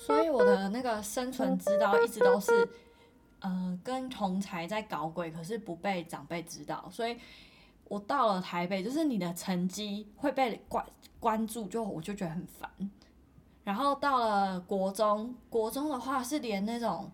所以我的那个生存之道一直都是，呃，跟同才在搞鬼，可是不被长辈知道。所以我到了台北，就是你的成绩会被关关注，就我就觉得很烦。然后到了国中，国中的话是连那种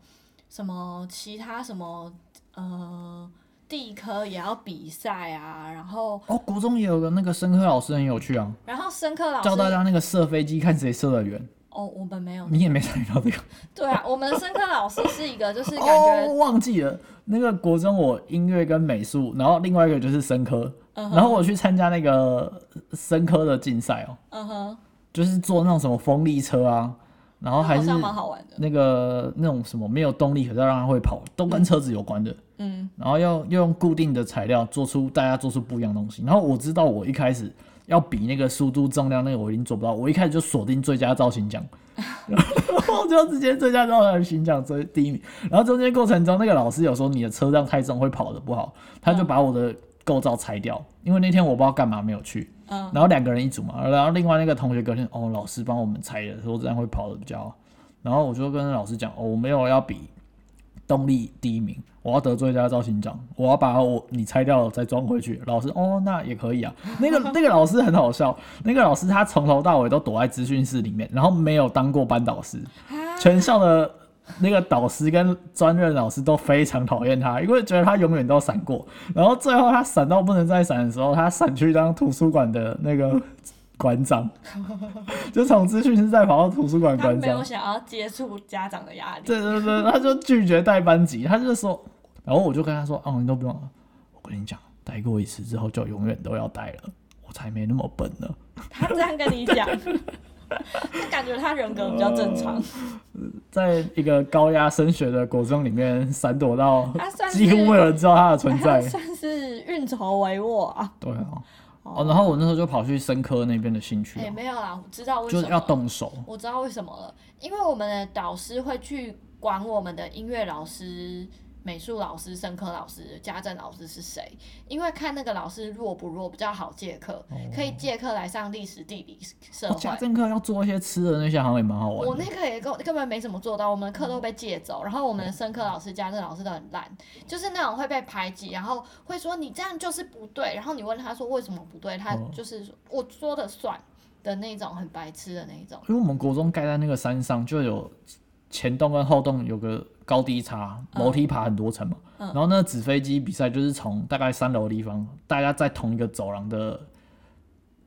什么其他什么呃地科也要比赛啊，然后哦，国中也有个那个生科老师很有趣啊，然后生科老教大师家那个射飞机看谁射得远，哦，我们没有，你也没参与到这个。对啊，我们的生科老师是一 个就是感觉哦，忘记了那个国中我音乐跟美术，然后另外一个就是生科，嗯哼然后我去参加那个生科的竞赛哦，嗯哼，就是坐那种什么风力车啊，然后还好是像蛮好玩的。那个那种什么没有动力，可是要让它会跑，都跟车子有关的。嗯，然后要要用固定的材料做出大家做出不一样的东西。然后我知道我一开始要比那个速度重量那个我已经做不到，我一开始就锁定最佳造型奖，然后就直接最佳造型奖最第一名。然后中间过程中，那个老师有说你的车辆太重会跑得不好，他就把我的构造拆掉，因为那天我不知道干嘛没有去。嗯然后两个人一组嘛，然后另外那个同学隔天哦，老师帮我们拆的，说这样会跑得比较好。然后我就跟老师讲，哦，我没有要比动力第一名，我要得最佳造型奖，我要把我你拆掉了再装回去。老师，哦，那也可以啊。那个那个老师很好笑，那个老师他从头到尾都躲在资讯室里面，然后没有当过班导师，啊，全校的那个导师跟专任老师都非常讨厌他，因为觉得他永远都闪过，然后最后他闪到不能再闪的时候，他闪去当图书馆的那个 馆长，就从资讯室再跑到图书馆他馆没长有。想要接触家长的压力。对对对，他就拒绝带班级，他就说，然后我就跟他说，哦，你都不用了，我跟你讲，待过一次之后就永远都要待了，我才没那么笨呢。他这样跟你讲，他感觉他人格比较正哦常。在一个高压升学的国中里面闪躲到他 算是几乎没有人知道他的存他在。算是运筹帷幄啊。对啊，哦，然后我那时候就跑去生科那边的兴趣也、啊、哎没有啦，我知道为什就么是要动手。我知道为什么了，因为我们的导师会去管我们的音乐老师、美术老师、生科老师、家政老师是谁，因为看那个老师弱不弱比较好借课，可以借课来上历史、地理、社哦，会。家政课要做一些吃的那些，好像也蛮好我玩的那。个也根根本没怎么做到，我们的课都被借走，然后我们的生科老师、家政老师都很烂，就是那种会被排挤，然后会说你这样就是不对，然后你问他说为什么不对，他哦就是说我说的算的那种，很白痴的那一种。因为我们国中盖在那个山上，就有前栋跟后栋有个高低差，楼梯爬很多层嘛。嗯然后那个纸飞机比赛就是从大概三楼的地方，大家在同一个走廊的，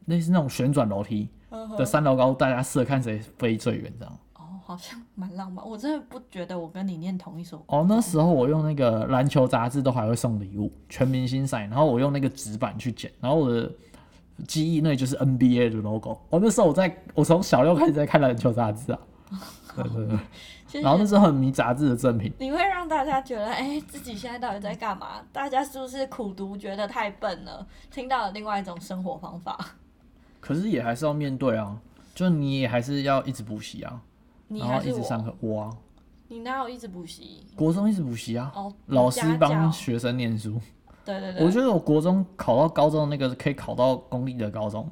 类似那种旋转楼梯的三楼高，大家试着看谁飞最远这样。哦，好像蛮浪漫，我真的不觉得我跟你念同一首歌。哦，那时候我用那个篮球杂志都还会送礼物，全明星赛，然后我用那个纸板去剪，然后我的记忆内就是 NBA 的 logo。哦，那时候我在，我从小六开始在看篮球杂 志啊，对对对，其然后那实时候很迷杂志的赠品，你会让大家觉得，哎、自己现在到底在干嘛？大家是不是苦读觉得太笨了？听到了另外一种生活方法，可是也还是要面对啊，就你也还是要一直补习啊，你然后还是一直上我？课，我啊，你哪有一直补习？国中一直补习啊，哦，老师家帮教学生念书。对对对，我觉得我国中考到高中的那个可以考到公立的高中，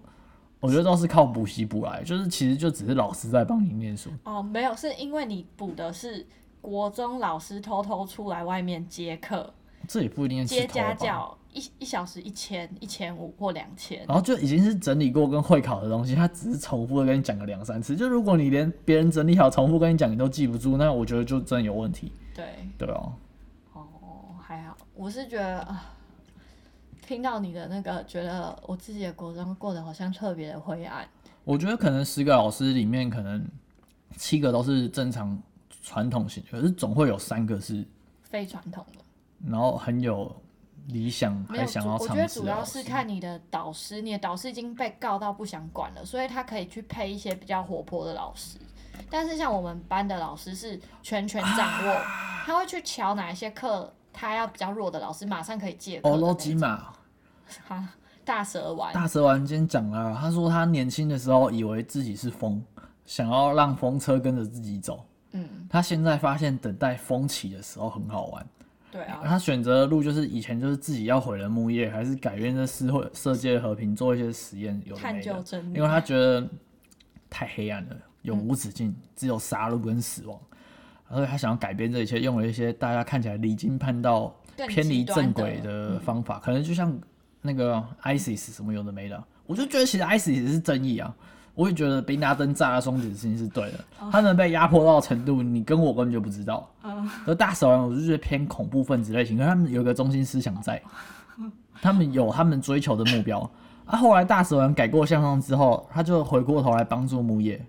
我觉得都是靠补习补来，就是其实就只是老师在帮你念书。哦，没有，是因为你补的是国中老师偷偷出来外面接课，这也不一定是接吃头家吧。教，一一小时一千、一千五或两千。然后就已经是整理过跟会考的东西，他只是重复的跟你讲个两三次。就如果你连别人整理好、重复跟你讲你都记不住，那我觉得就真的有问题，对，对哦。哦，还好，我是觉得啊，听到你的那个，觉得我自己的国中过得好像特别的灰暗。我觉得可能十个老师里面，可能七个都是正常传统型，可是总会有三个是，非传统的，然后很有理想，没有还主想要，我尝觉得试啊主的要老是师看你的导师，你的导师已经被告到不想管了，所以他可以去配一些比较活泼的老师。但是像我们班的老师是全权掌握，啊他会去瞧哪一些课他要比较弱的老师，马上可以借课哦，的那罗一吉种。玛。哈，大蛇丸，大蛇丸今天讲了，他说他年轻的时候以为自己是风，想要让风车跟着自己走。嗯，他现在发现等待风起的时候很好玩，对啊，他选择的路就是以前就是自己要毁了木叶，还是改变这社会世界和平，做一些实验，有的探没究的，真理因为，他觉得太黑暗了，永无止境，只有杀戮跟死亡，所以他想要改变这一切，用了一些大家看起来离经叛道、更偏离极端正轨的方法，可能就像那个 ISIS 什么有的没的，我就觉得其实 ISIS 是正义啊。我也觉得宾拉登炸了双子星是对的，他能被压迫到的程度，你跟我根本就不知道。而大蛇丸我就觉得偏恐怖分子类型，因为他们有一个中心思想在，他们有他们追求的目标。啊，后来大蛇丸改过向上之后，他就回过头来帮助木叶。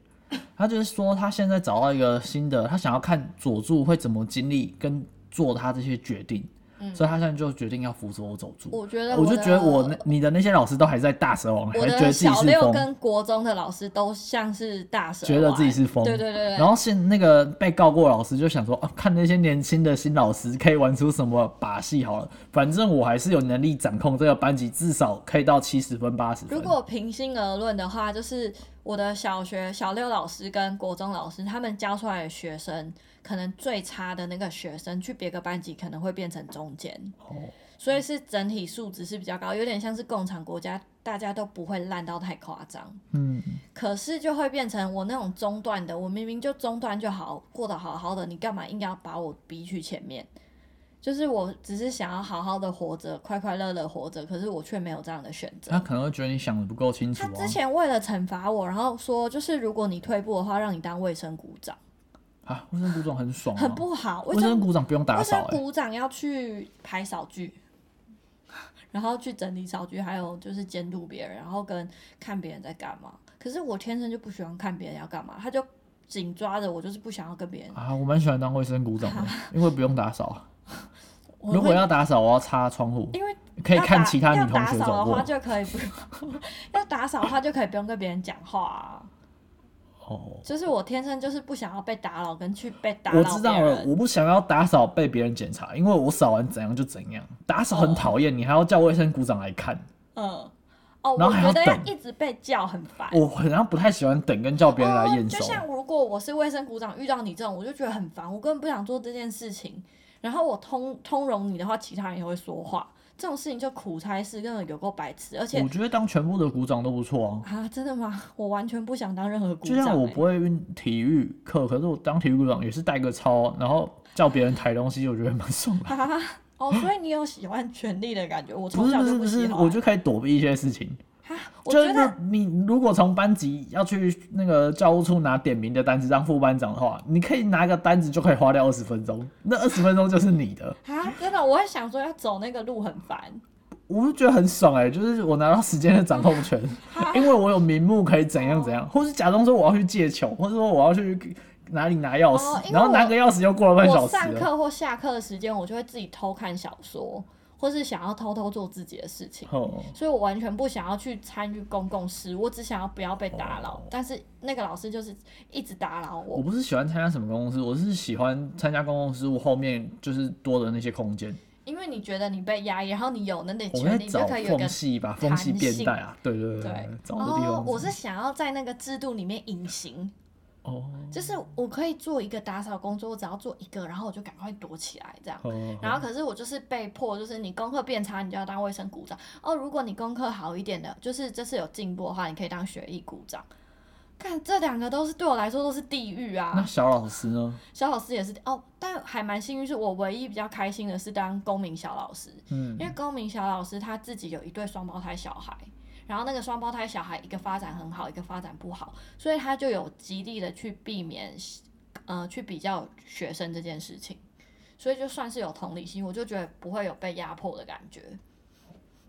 他就是说，他现在找到一个新的，他想要看佐助会怎么经历跟做他这些决定，所以他现在就决定要辅佐佐助。嗯我觉得我就的觉得我那你的那些老师都还在大蛇王，还我觉得的自己小是六风。跟国中的老师都像是大蛇丸，觉得自己是疯对对对然对，后现那个被告过的老师就想说，啊，看那些年轻的新老师可以玩出什么把戏好了，反正我还是有能力掌控这个班级，至少可以到七十分、八十分。如果平心而论的话，就是我的小学小六老师跟国中老师，他们教出来的学生，可能最差的那个学生去别个班级可能会变成中间，哦所以是整体素质是比较高，有点像是共产国家，大家都不会烂到太夸张。嗯，可是就会变成我那种中段的，我明明就中段就好，过得好好的，你干嘛硬要把我逼去前面？就是我只是想要好好的活着，快快乐乐活着，可是我却没有这样的选择他。可能会觉得你想的不够清楚他哦、之前为了惩罚我，然后说就是如果你退步的话，让你当卫生股长，啊。卫生股长很爽、啊，很不好。卫卫生生股长不用打卫扫生哎、股长要去排扫具，然后去整理扫具，还有就是监督别人，然后跟看别人在干嘛。可是我天生就不喜欢看别人要干嘛，他就紧抓着我，就是不想要跟别人。啊，我蛮喜欢当卫生股长的，因为不用打扫。啊我如果会要打扫，我要擦窗户，因为可以要看打其他要女同打学扫走的话过。就可以不用， 要打扫的话就可以不用跟别人讲话啊。哦，就是我天生就是不想要被打扰，跟去被打扰我别人。啊知道了，我不想要打扫被别人检查，因为我扫完怎样就怎样，打扫哦很讨厌，你还要叫卫生股长来看，嗯，哦，然后我还要觉得要等一直被叫很烦。哦我好像不太喜欢等跟叫别人来验哎就收。像如果我是卫生股长遇到你这种，我就觉得很烦，我根本不想做这件事情。然后我通通融你的话，其他人也会说话，这种事情就苦差事，根本有够白痴。而且我觉得当全部的股长都不错啊，啊，真的吗？我完全不想当任何股就长、欸。像我不会运体育课，可是我当体育股长也是带个操，然后叫别人抬东西，我觉得蛮爽 的。啊， 哦，所以你有喜欢权力的感觉，我不从是小不就是不喜是，欢。我就可以躲避一些事情。啊，我就觉是得你如果从班级要去那个教务处拿点名的单子当副班长的话，你可以拿个单子就可以花掉二十分钟，那二十分钟就是你的。 啊，真的，我会想说要走那个路很烦。我就觉得很爽哎、就是我拿到时间的掌控 权，因为我有名目可以怎样怎样，或是假装说我要去借球，或者说我要去哪里拿钥匙，哦因为然后拿个钥匙又过了半小我时啊上了。课或下课的时间，我就会自己偷看小说，或是想要偷偷做自己的事情。哦，所以我完全不想要去参与公共事，我只想要不要被打扰。哦但是那个老师就是一直打扰我我。不是喜欢参加什么公共事务，我是喜欢参加公共事务后面就是多的那些空间，因为你觉得你被压抑，然后你有那点我在权利，你就找可以有一缝个隙，把缝隙弹变性大啊，对对对对找个地哦方。，我是想要在那个制度里面隐形，哦就是我可以做一个打扫工作，我只要做一个，然后我就赶快躲起来这样。哦，然后可是我就是被迫，就是你功课变差，你就要当卫生股长哦。如果你功课好一点的，就是这次有进步的话，你可以当学艺股长。看这两个都是对我来说都是地狱啊！那小老师呢？小老师也是哦，但还蛮幸运，是我唯一比较开心的是当公民小老师，嗯因为公民小老师他自己有一对双胞胎小孩，然后那个双胞胎小孩一个发展很好，一个发展不好，所以他就有极力的去避免，呃，去比较学生这件事情，所以就算是有同理心，我就觉得不会有被压迫的感觉。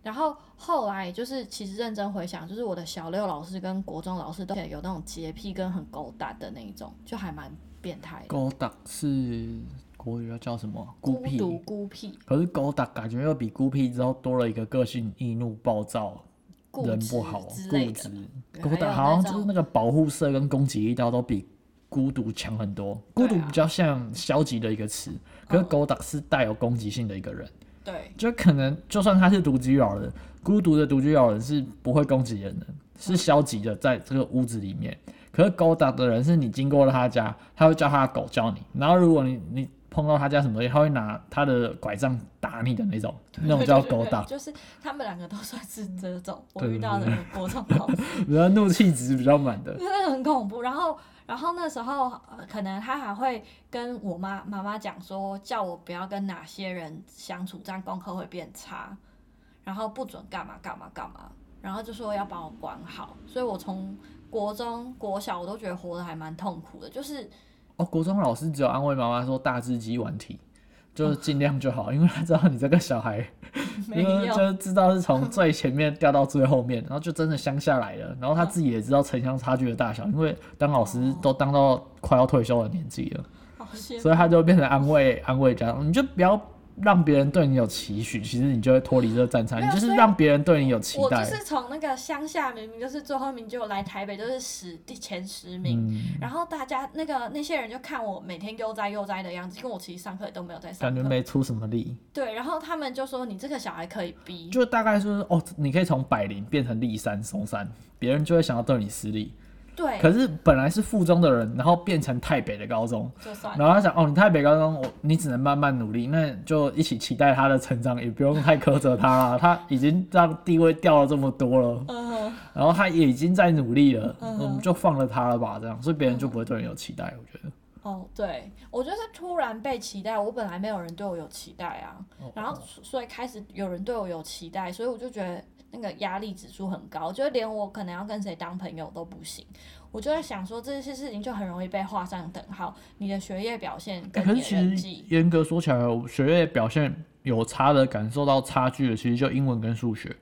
然后后来就是，其实认真回想，就是我的小六老师跟国中老师都有那种洁癖跟很狗胆的那一种，就还蛮变态的。勾搭是国语要叫什么？孤孤僻。独孤僻可是勾搭感觉又比孤僻之后多了一个个性易怒、暴躁、固人执不好、之类固的执。对勾还搭有好像那就是种那个保护色跟攻击力道都比孤独强很多。孤独对啊嗯比较像消极的一个词，可是勾搭是带有攻击性的一个人。对就可能就算他是独居老人，孤独的独居老人是不会攻击人的，是消极的，在这个屋子里面。可是狗打的人是你经过了他家，他会叫他的狗叫你，然后如果你你碰到他家什么东西，他会拿他的拐杖打你的那种，那种叫狗打。就是他们两个都算是这 种我对遇到的国中老师，比较怒气值比较满的，真的很恐怖。然后，然后那时候、呃可能他还会跟我妈妈妈讲说，叫我不要跟哪些人相处，这样功课会变差，然后不准干嘛干嘛干嘛，然后就说要把我管好。所以我从国中、国小我都觉得活得还蛮痛苦的，就是 哦，国中老师只有安慰妈妈说大字肌晚体，就是尽量就好，因为他知道你这个小孩，没就是有。就是知道是从最前面掉到最后面，然后就真的乡下来了。嗯然后他自己也知道城乡差距的大小，因为当老师哦都当到快要退休的年纪了，好羡慕所以他就变成安慰安慰家长，你就不要。让别人对你有期许，其实你就会脱离这个战场。没你有就是所以让别人对你有期我就待。是从那个乡下，明明就是最后一名，就来台北就是十第前十名，嗯，然后大家那个那些人就看我每天悠哉悠哉的样子，跟我其实上课也都没有在上感觉课。没出什么力。对，然后他们就说你这个小孩可以逼，就大概就是哦，你可以从百灵变成立山、松山，别人就会想要对你施力。对，可是本来是附中的人，然后变成台北的高中，就算了。然后他想哦，你台北高中，我你只能慢慢努力，那就一起期待他的成长，也不用太苛责他了。他已经让地位掉了这么多了，嗯、然后他也已经在努力了，嗯我们就放了他了吧，这样，所以别人就不会对你有期待，我觉得。哦，对，我就是突然被期待，我本来没有人对我有期待啊，哦然后所所以开始有人对我有期待，所以我就觉得那个压力指数很高，就连我可能要跟谁当朋友都不行。我就在想说这些事情就很容易被画上等号，你的学业表现欸跟可你是的其人实际，严格说起来，我学业表现有差的，感受到差距的，其实就英文跟数学。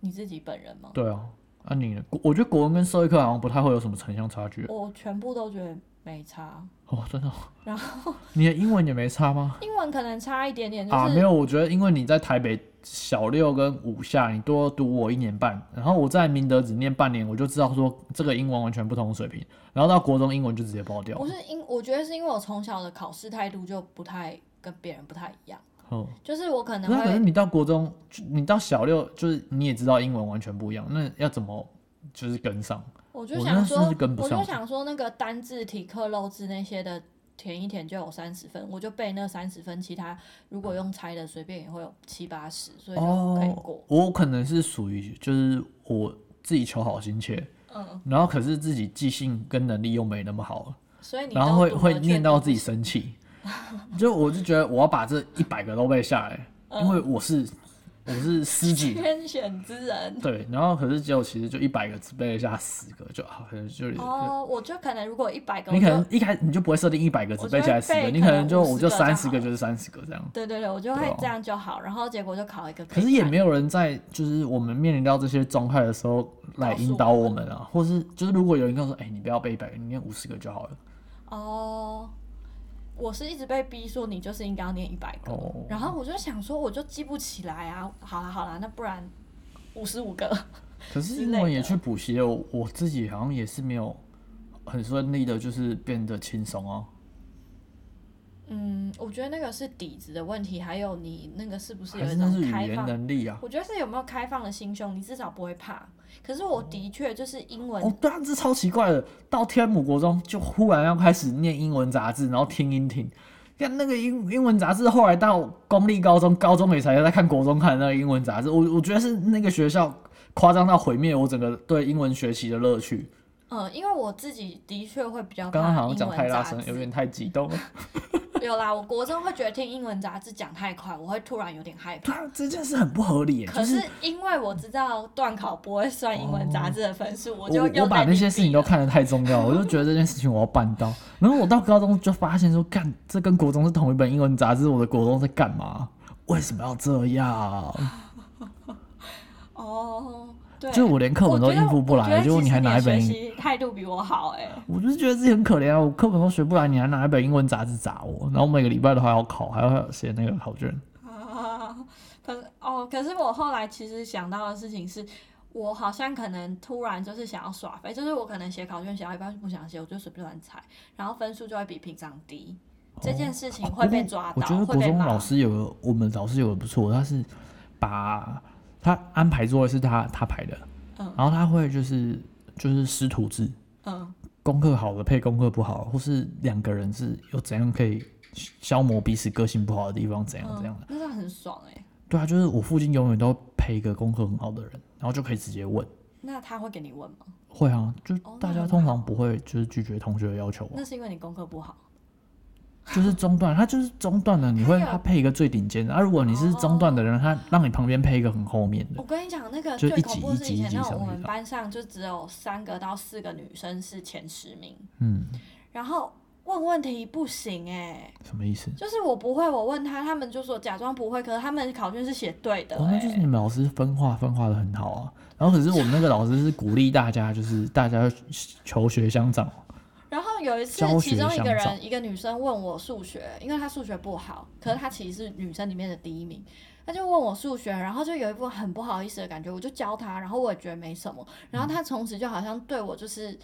你自己本人吗？对啊，啊你呢？国我觉得国文跟社会课好像不太会有什么城乡差距。啊我全部都觉得没差，哦，真的哦。然后你的英文也没差吗？英文可能差一点点，就啊，没是有，我觉得因为你在台北小六跟五下，你多读我一年半，然后我在明德只念半年，我就知道说这个英文完全不同的水平，然后到国中英文就直接爆掉我。是因我觉得是因为我从小的考试态度就不太跟别人不太一样，嗯，就是我可能那可是会你到国中，就你到小六，就是你也知道英文完全不一样，那要怎么就是跟上？我就我想那说，真是跟不我上就想说那个单字、体课、漏字那些的填一填就有三十分，我就背那三十分，其他如果用猜的随便也会有七八十，所以哦就可以过。我可能是属于就是我自己求好心切，嗯，然后可是自己记性跟能力又没那么好，所以你然后会都读了却会念读到不自己生气， 就我就觉得我要把这一百个都背下来，嗯因为我是我是师 姐，天选之人。对，然后可是结果其实就一百个只背了下十个，就好像就有点哦，我就可能如果一百个，你我可就能一开始你就不会设定一百个只我背就下来会十个，背你可可能能50就我就个就三十好个了就是三十个这样。对对对，我就对会啊这样就好，然后结果就考一个以看。可是也没有人在就是我们面临到这些状态的时候来告诉引导我我们啊，或是就是如果有人跟我说，哎、你不要背一百个，你念五十个就好了。哦，我是一直被逼说你就是应该要念一百个，哦然后我就想说我就记不起来啊，好啦好啦，那不然五十五个，可是之英类文也的去补习了，我我自己好像也是没有很顺利的，就是变得轻松哦。嗯，我觉得那个是底子的问题，还有你那个是不是有还是一那是种语开言放？能力啊。我觉得是有没有开放的心胸，你至少不会怕。可是我的确就是英文，哦，对啊，这超奇怪的。到天母国中就忽然要开始念英文杂志，然后听音听。看那个英英文杂志，后来到公立高中，高中也才在看国中看那个英文杂志。我我觉得是那个学校夸张到毁灭我整个对英文学习的乐趣。呃，因为我自己的确会比较怕刚英刚文好像讲太大杂声，志有点太激动了。有啦，我国中会觉得听英文杂志讲太快，我会突然有点害怕。对啊，这件事很不合理耶。可就是是因为我知道段考不会算英文杂志的分数，我哦我就又我把在那些事情都看。看得太重要了，我就觉得这件事情我要办到。然后我到高中就发现说，干，这跟国中是同一本英文杂志，我的国中在干嘛？为什么要这样？哦，对，就我连课本都应付不我觉得来，结果其实还拿一本学英，习态度比我好哎、我就觉得自己很可怜啊！我课本都学不来，你还拿一本英文杂志砸我，然后每个礼拜都还要考，还要写那个考卷。啊， 可是哦，可是我后来其实想到的事情是，我好像可能突然就是想要耍废，就是我可能写考卷写到一半不想写，我就随便乱猜，然后分数就会比平常低。这件事情会被抓哦啊我到，觉得会国被中骂。老师有个，我们老师有个不错，他是把他安排座位是他他排的，嗯然后他会就是就是师徒制，嗯，功课好的配功课不好，或是两个人是又怎样可以消磨彼此个性不好的地方，怎样怎样的。嗯，那他很爽哎、对啊，就是我附近永远都配一个功课很好的人，然后就可以直接问。那他会给你问吗？会啊，就哦大那家很通常不会就是拒绝同学的要求啊，那是因为你功课不好。就是中断，他就是中断 了，你会还有他配一个最顶尖的，啊，如果你是中断的哦人，他让你旁边配一个很后面的，我跟你讲，那个就最一恐集怖一的是以集一前集那上种我去们打班上就只有三个到四个女生是前十名，嗯，然后问问题不行哎、什么意思？就是我不会，我问他，他们就说假装不会，可是他们考卷是写对的、哦，那就是你欸。们老师分化分化的很好啊。然后可是我们那个老师是鼓励大家，就是大家求学相长，然后有一次教，学其中一个相长人，一个女生问我数学，因为她数学不好，可是她其实是女生里面的第一名，她就问我数学，然后就有一副很不好意思的感觉，我就教她，然后我也觉得没什么，然后她从此就好像对我就是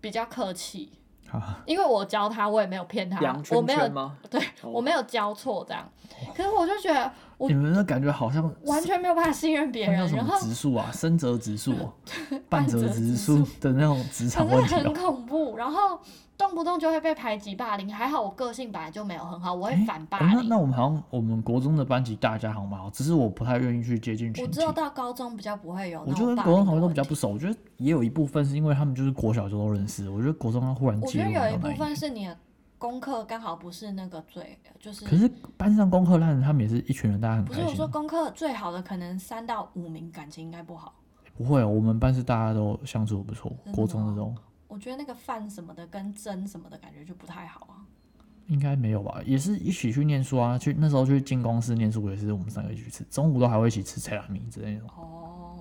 比较客气，啊，因为我教她，我也没有骗她，我没有，吗？对哦我没有教错这样，哦可是我就觉得我你们那感觉好像完全没有办法信任别那叫人，什然么后指数啊，升折指数哦，半半折折指指数 的那种职场问可题是哦很。恐怖，然后动不动就会被排挤霸凌。还好我个性本来就没有很好，我会诶反霸哦那凌。那我们好像我们国中的班级大家好蛮好，只是我不太愿意去接近群我体只。有到高中比较不会有我那就种跟霸国中凌同学的都比较问不题。熟，我觉得也有一部分是因为他们就是国小就都认识，我觉得国中他忽然我介觉入得到有一那部里。分是你的功课刚好不是那个最，就是可是班上功课烂，他们也是一群人，大家很不是开我心说啊。功课最好的可能三到五名感情应该不好。不会、哦，我们班是大家都相处得不错真，的哦国中的吗时候我觉得那个范什么的跟真什么的感觉就不太好啊。应该没有吧？也是一起去念书啊，去那时候去进公司念书也是我们三个一起去吃，中午都还会一起吃菜拉米之类的。哦，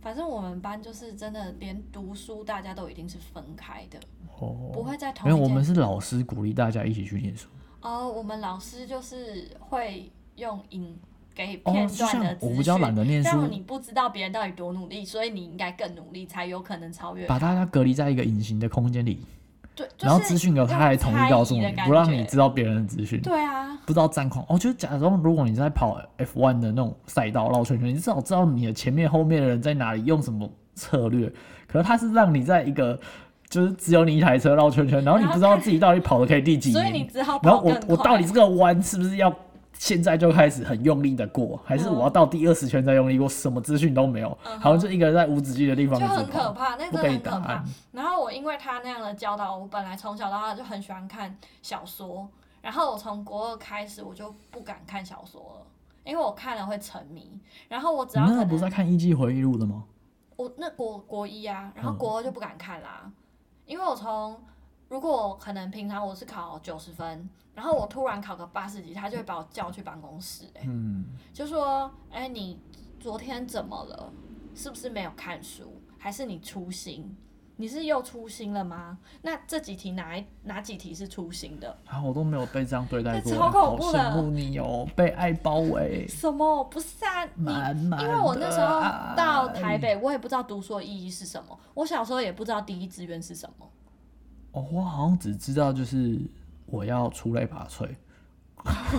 反正我们班就是真的连读书大家都一定是分开的，哦，不会在同没有，一我间们是老师鼓励大家一起去念书。哦，我们老师就是会用引给哦片就段像的资我讯，比较懒得念书让你不知道别人到底多努力，所以你应该更努力，才有可能超越。把大家隔离在一个隐形的空间里，对，就是、然后资讯由他来统一告诉你，不让你知道。道别人的资讯，对啊，不知道战况。哦，就是假装如果你在跑 F1 的那种赛道绕圈圈，你至少知道你的前面后面的人在哪里用什么策略。可是他是让你在一个就是只有你一台车绕圈圈，然后你不知道自己到底跑的可以第几所以你名，只好然哦跑后更我快。我到底这个弯是不是要？现在就开始很用力的过，还是我要到第二十圈再用力过？什么资讯都没有，嗯嗯哼好像就一个人在无止境的地方一就直很可跑，怕，那真不的给你很答可怕案。。然后我因为他那样的教导，我本来从小到大就很喜欢看小说，然后我从国二开始我就不敢看小说了，因为我看了会沉迷。然后我只你要可那时候能不是在看《艺伎回忆录》的吗？我那国国一啊，然后嗯国二就不敢看啦，因为我从如果可能平常我是考九十分，然后我突然考个八十几，他就会把我叫去办公室、欸，嗯，就说，哎、你昨天怎么了？是不是没有看书？还是你粗心？你是又粗心了吗？那这几题哪一哪几题是粗心的？然后我都没有被这样对待过，这超恐怖的好羡慕你哦，被爱包围，什么？不是啊，你满满的爱。啊因为我那时候到台北，我也不知道读书的意义是什么，我小时候也不知道第一志愿是什么。哦，我好像只知道就是我要出类拔萃，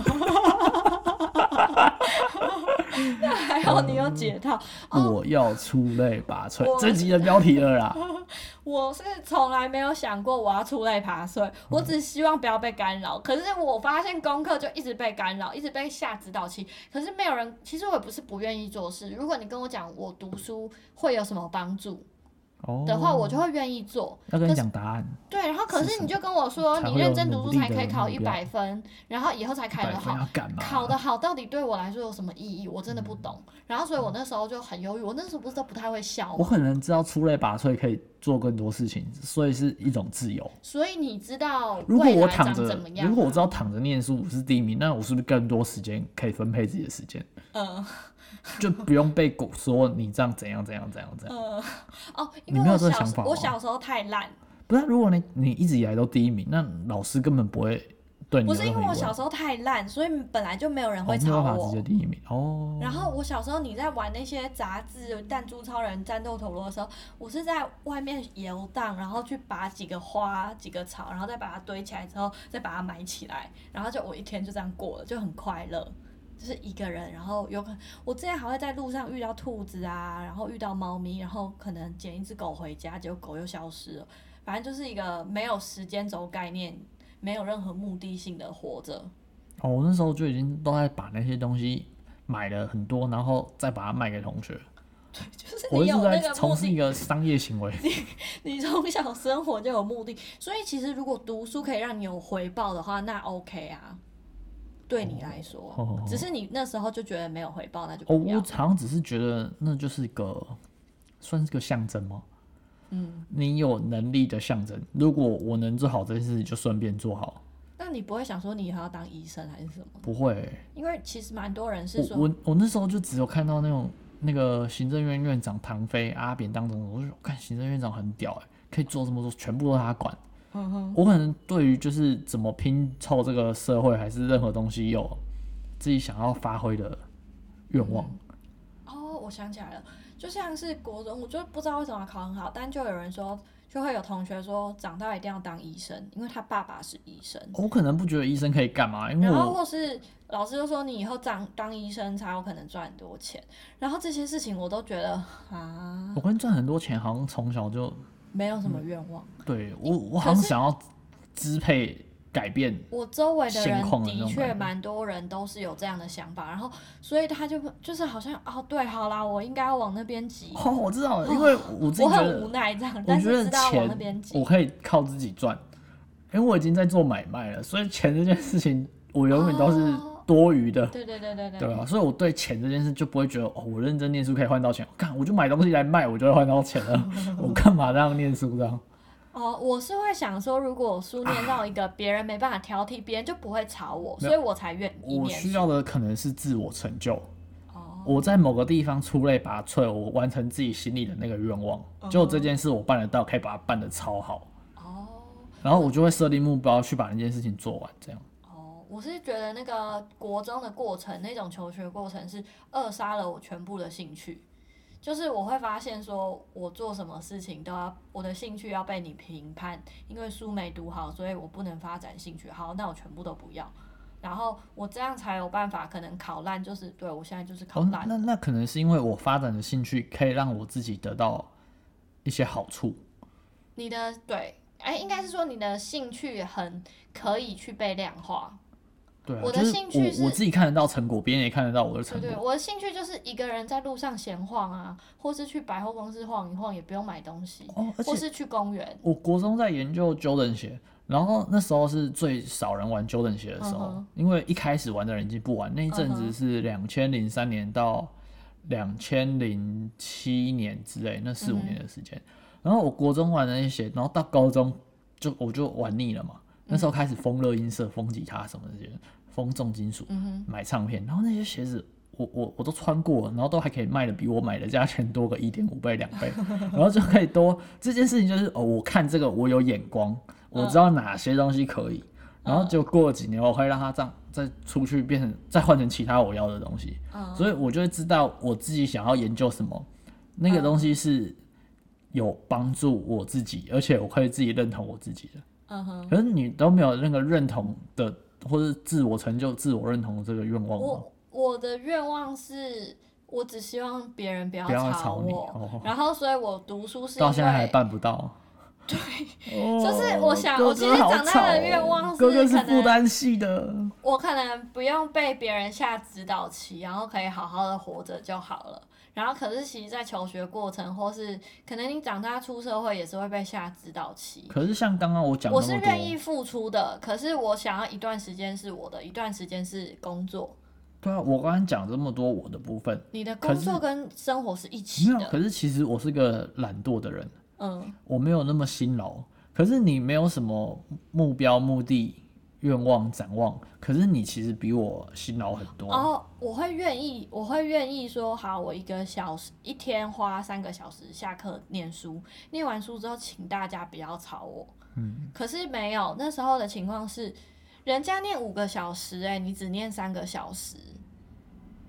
还好你有解套。哦，我要出类拔萃我，这集的标题了 啦。我是从来没有想过我要出类拔嗯萃，我只希望不要被干扰。可是我发现功课就一直被干扰，一直被下指导期。可是没有人，其实我也不是不愿意做事。如果你跟我讲我读书会有什么帮助哦，的话，我就会愿意做。要跟可你是讲答案，对，然后可是是什你就跟我说，才你会有认真努读书力才的可以考目一标百分，然后以后才考百得好分。要啊干嘛？考得好到底对我来说有什么意义？我真的不懂。然后，所以我那时候就很忧郁。我那时候不是都不太会笑我吗？可能知道出类拔萃可以做更多事情，所以是一种自由。所以你知道如果未我来长躺怎着么，样？如果我知道躺着念书我是第一名，那我是不是更多时间可以分配自己的时间， 嗯就不用被狗说你这样怎样怎样怎样怎样？嗯，哦，因你为没有我这个小想时法我吗小时候太烂，不是啊，如果你你一直以来都第一名，那老师根本不会对你不嗯有是因任何为疑我问，小时候太烂，所以本来就没有人哦会没有吵办法直接我。第一名哦。然后我小时候你在玩那些杂志《弹珠超人》《战斗陀螺》的时候，我是在外面游荡，然后去拔几个花、几个草，然后再把它堆起来之后，再把它埋起来，然后就我一天就这样过了，就很快乐。就是一个人，然后有可能我之前还会在路上遇到兔子啊，然后遇到猫咪，然后可能捡一只狗回家，结果狗又消失了。反正就是一个没有时间轴概念，没有任何目的性的活着。哦，我那时候就已经都在把那些东西买了很多，然后再把它卖给同学。对，就是我你一直有在那个从目事一的，个商业行为。你从小生活就有目的，所以其实如果读书可以让你有回报的话，那 OK 啊。对你来说，哦只是你那时候就觉得没有回报，那就哦，不我要。好像只是觉得那就是个算是个象征吗？嗯，你有能力的象征。如果我能做好这件事，就顺便做好。那你不会想说你以后要当医生还是什么？不会欸、因为其实蛮多人是我说，我我那时候就只有看到那种那个行政院院长唐飞、阿扁当总统，我就说看行政院长很屌哎、可以做这么多，全部都是他管。嗯哼，我可能对于就是怎么拼凑这个社会，还是任何东西有自己想要发挥的愿望。哦，我想起来了，就像是国中，我就不知道为什么考很好，但就有人说，就会有同学说，长大一定要当医生，因为他爸爸是医生。我可能不觉得医生可以干嘛，因为然后我或是老师就说你以后当当医生才有可能赚很多钱，然后这些事情我都觉得啊，我跟赚很多钱好像从小就没有嗯什么愿望。对我我好像可是想要支配改变。我周围的闲空人的那的种感确觉蛮多人都是有这样的想法，然后所以他就就是好像哦对，好啦，我应该要往那边挤，哦，我知道了，因为我自己我觉很得无，奈这样，我但觉是得知道要往那边钱挤我。可以靠自己赚，因为我已经在做买卖了，所以钱这件事情我永远都是哦多余的。对对对对对对啊，所以我对钱这件事就不会觉得哦，我认真念书可以换到钱，看我就买东西来卖，我就会换到钱了， 我干嘛这样念书这样？哦，我是会想说，如果我书念到一个别人没办法挑剔，别人就不会吵我，啊没所以我才愿意我念需书。要的可能是自我成就，哦，我在某个地方出类拔萃，我完成自己心里的那个愿望，就这件事我办得到，可以把它办得超好，哦。然后我就会设定目标去把那件事情做完，这样。哦，我是觉得那个国中的过程，那种求学过程是扼杀了我全部的兴趣。就是我会发现，说我做什么事情都要我的兴趣要被你评判，因为书没读好，所以我不能发展兴趣。好，那我全部都不要，然后我这样才有办法可能考烂，就是对我现在就是考哦，烂。那那可能是因为我发展的兴趣可以让我自己得到一些好处，你的对，哎，应该是说你的兴趣很可以去被量化。对啊，我的就是兴趣是我我自己看得到成果，别人也看得到我的成对果对，。我的兴趣就是一个人在路上闲晃啊，或是去百货公司晃一晃，也不用买东西，哦，而且或是去公园。我国中在研究 Jordan 鞋，然后那时候是最少人玩 Jordan 鞋的时候嗯哼因为一开始玩的人已经不玩。那一阵嗯子哼是两千零三年到两千零七年之类，那四五嗯哼年的时间。然后我国中玩的那些鞋，然后到高中就我就玩腻了嘛。那嗯时候开始疯乐音社、疯吉他什么这些，疯重金属，嗯哼，买唱片，然后那些鞋子我我我都穿过了，然后都还可以卖的比我买的价钱多个一点五倍两 倍，然后就可以多这件事情就是哦，我看这个我有眼光，我知道哪些东西可以，嗯然后就过了几年我会让它这样再出去变成再换成其他我要的东西，嗯，所以我就会知道我自己想要研究什么，那嗯个东西是有帮助我自己，而且我可以自己认同我自己的。嗯哼，可是你都没有那个认同的，或是自我成就、自我认同的这个愿望吗？我我的愿望是。我只希望别人不要不要吵吵你我，哦然后所以我读书是因到为现在还办不到。对，就是我想哥我其哥实好长大吵的哦愿望是哥哥是可能负担系的。我可能不用被别人下指导棋，然后可以好好的活着就好了。然后可是其实，在求学过程，或是可能你长大出社会，也是会被下指导棋。可是像刚刚我讲那我么是多，愿意付出的，可是我想要一段时间是我的，一段时间是工作。对啊，我刚刚讲这么多我的部分，你的可工是作跟生活是一起没有。的，可是其实我是个懒惰的人，嗯，我没有那么辛劳。可是你没有什么目标、目的、愿望、展望，可是你其实比我辛劳很多。然后哦我会愿意，我会愿意说好，我一个小时一天花三个小时下课念书，念完书之后，请大家不要吵我。嗯，可是没有，那时候的情况是，人家念五个小时、哎，你只念三个小时，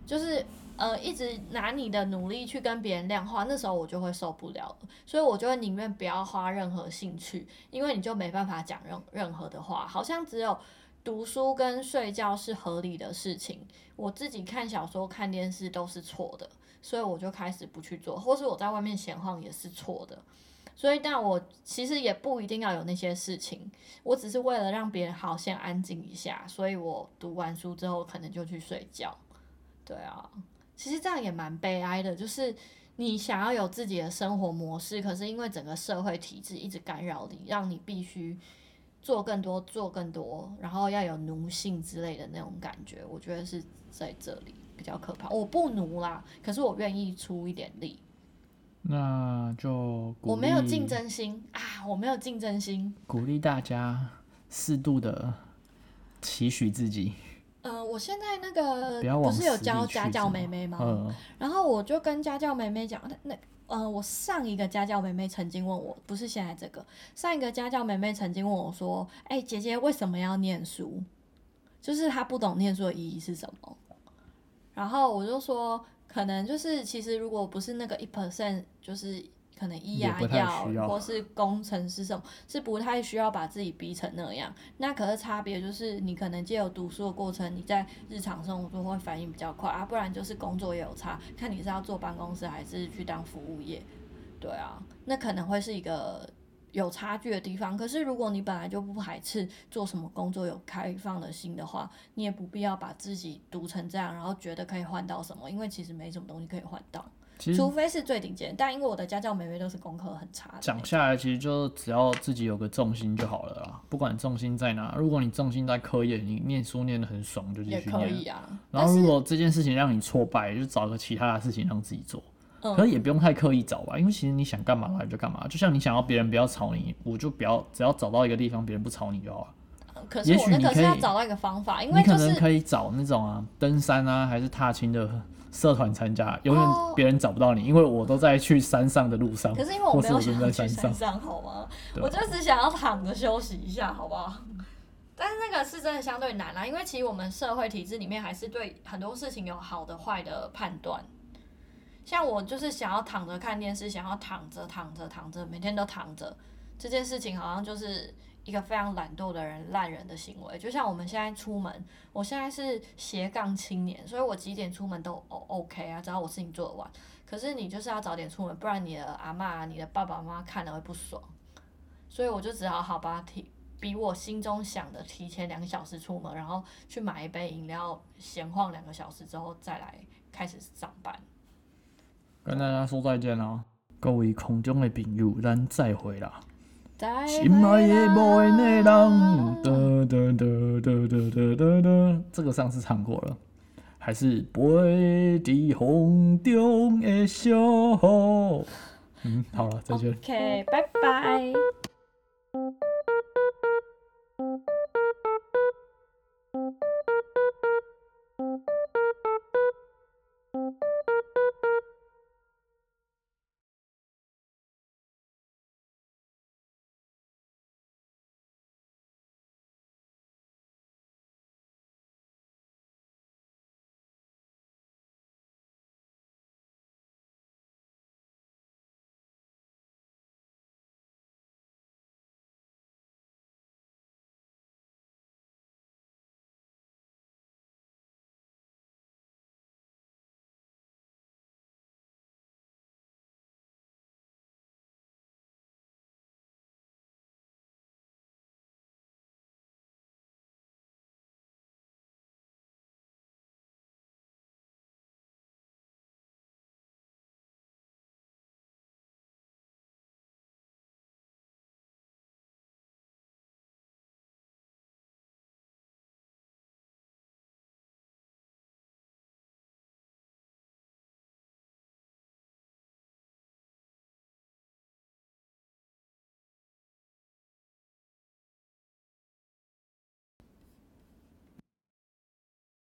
就是呃，一直拿你的努力去跟别人量化，那时候我就会受不了了，所以我就会宁愿不要花任何兴趣，因为你就没办法讲任任何的话，好像只有。读书跟睡觉是合理的事情，我自己看小说、看电视都是错的，所以我就开始不去做，或是我在外面闲晃也是错的，所以，但我其实也不一定要有那些事情，我只是为了让别人好先安静一下，所以我读完书之后可能就去睡觉。对啊，其实这样也蛮悲哀的，就是你想要有自己的生活模式，可是因为整个社会体制一直干扰你，让你必须做更多、做更多，然后要有奴性之类的那种感觉，我觉得是在这里比较可怕。我不奴啦，可是我愿意出一点力，那就鼓我没有励竞争心啊，我没有竞争心。鼓励大家适度的期许自己，呃，我现在那个不要呃不往是有死里教去家是教吗妹妹吗？嗯，然后我就跟家教妹妹讲，那那呃，我上一个家教妹妹曾经问我，不是现在这个，上一个家教妹妹曾经问我说：“哎、姐姐为什么要念书？就是她不懂念书的意义是什么。”然后我就说，可能就是其实如果不是那个一 percent，就是可能医也牙不太药需要或是工程师什么，是不太需要把自己逼成那样。那可是差别就是，你可能借由读书的过程，你在日常生活中会反应比较快啊，不然就是工作也有差，看你是要做办公室还是去当服务业。对啊，那可能会是一个有差距的地方。可是如果你本来就不排斥做什么工作，有开放的心的话，你也不必要把自己读成这样，然后觉得可以换到什么，因为其实没什么东西可以换到，其实除非是最顶尖。但因为我的家教妹妹都是功课很差的，讲下来，其实就只要自己有个重心就好了啦，不管重心在哪。如果你重心在科业，你念书念得很爽，就继也续可以念。啊。然但后是如果这件事情让你挫败，就找个其他的事情让自己做。嗯可是也不用太刻意找吧，因为其实你想干嘛你就干嘛。就像你想要别人不要吵你，我就不要，只要找到一个地方别人不吵你就好了。可是也我许那你个可是要以找到一个方法，因你为可就能是可以找那种啊，登山啊，还是踏青的社团参加，永远哦别人找不到你，因为我都在去山上的路上，可是因为我或没是有我想正要在去山山上。上，好吗？对啊我就只想要躺着休息一下，好不好？但是那个是真的相对难啦、啊因为其实我们社会体制里面还是对很多事情有好的坏的判断。像我就是想要躺着看电视，想要躺着躺着躺着，每天都躺着，这件事情好像就是一个非常懒惰的人、烂人的行为。就像我们现在出门，我现在是斜杠青年，所以我几点出门都 O OK 啊，只要我事情做得完。可是你就是要早点出门，不然你的阿嬷啊、你的爸爸妈妈看了会不爽。所以我就只好好吧，提比我心中想的提前两个小时出门，然后去买一杯饮料，闲晃两个小时之后再来开始上班。跟大家说再见啦，各位空中的朋友，咱再会啦。再心爱的无缘的人，人，哒哒哒哒哒哒哒哒，这个上次唱过了，还是飞伫风中的小哦雨。嗯，好了，再见。 OK，拜拜。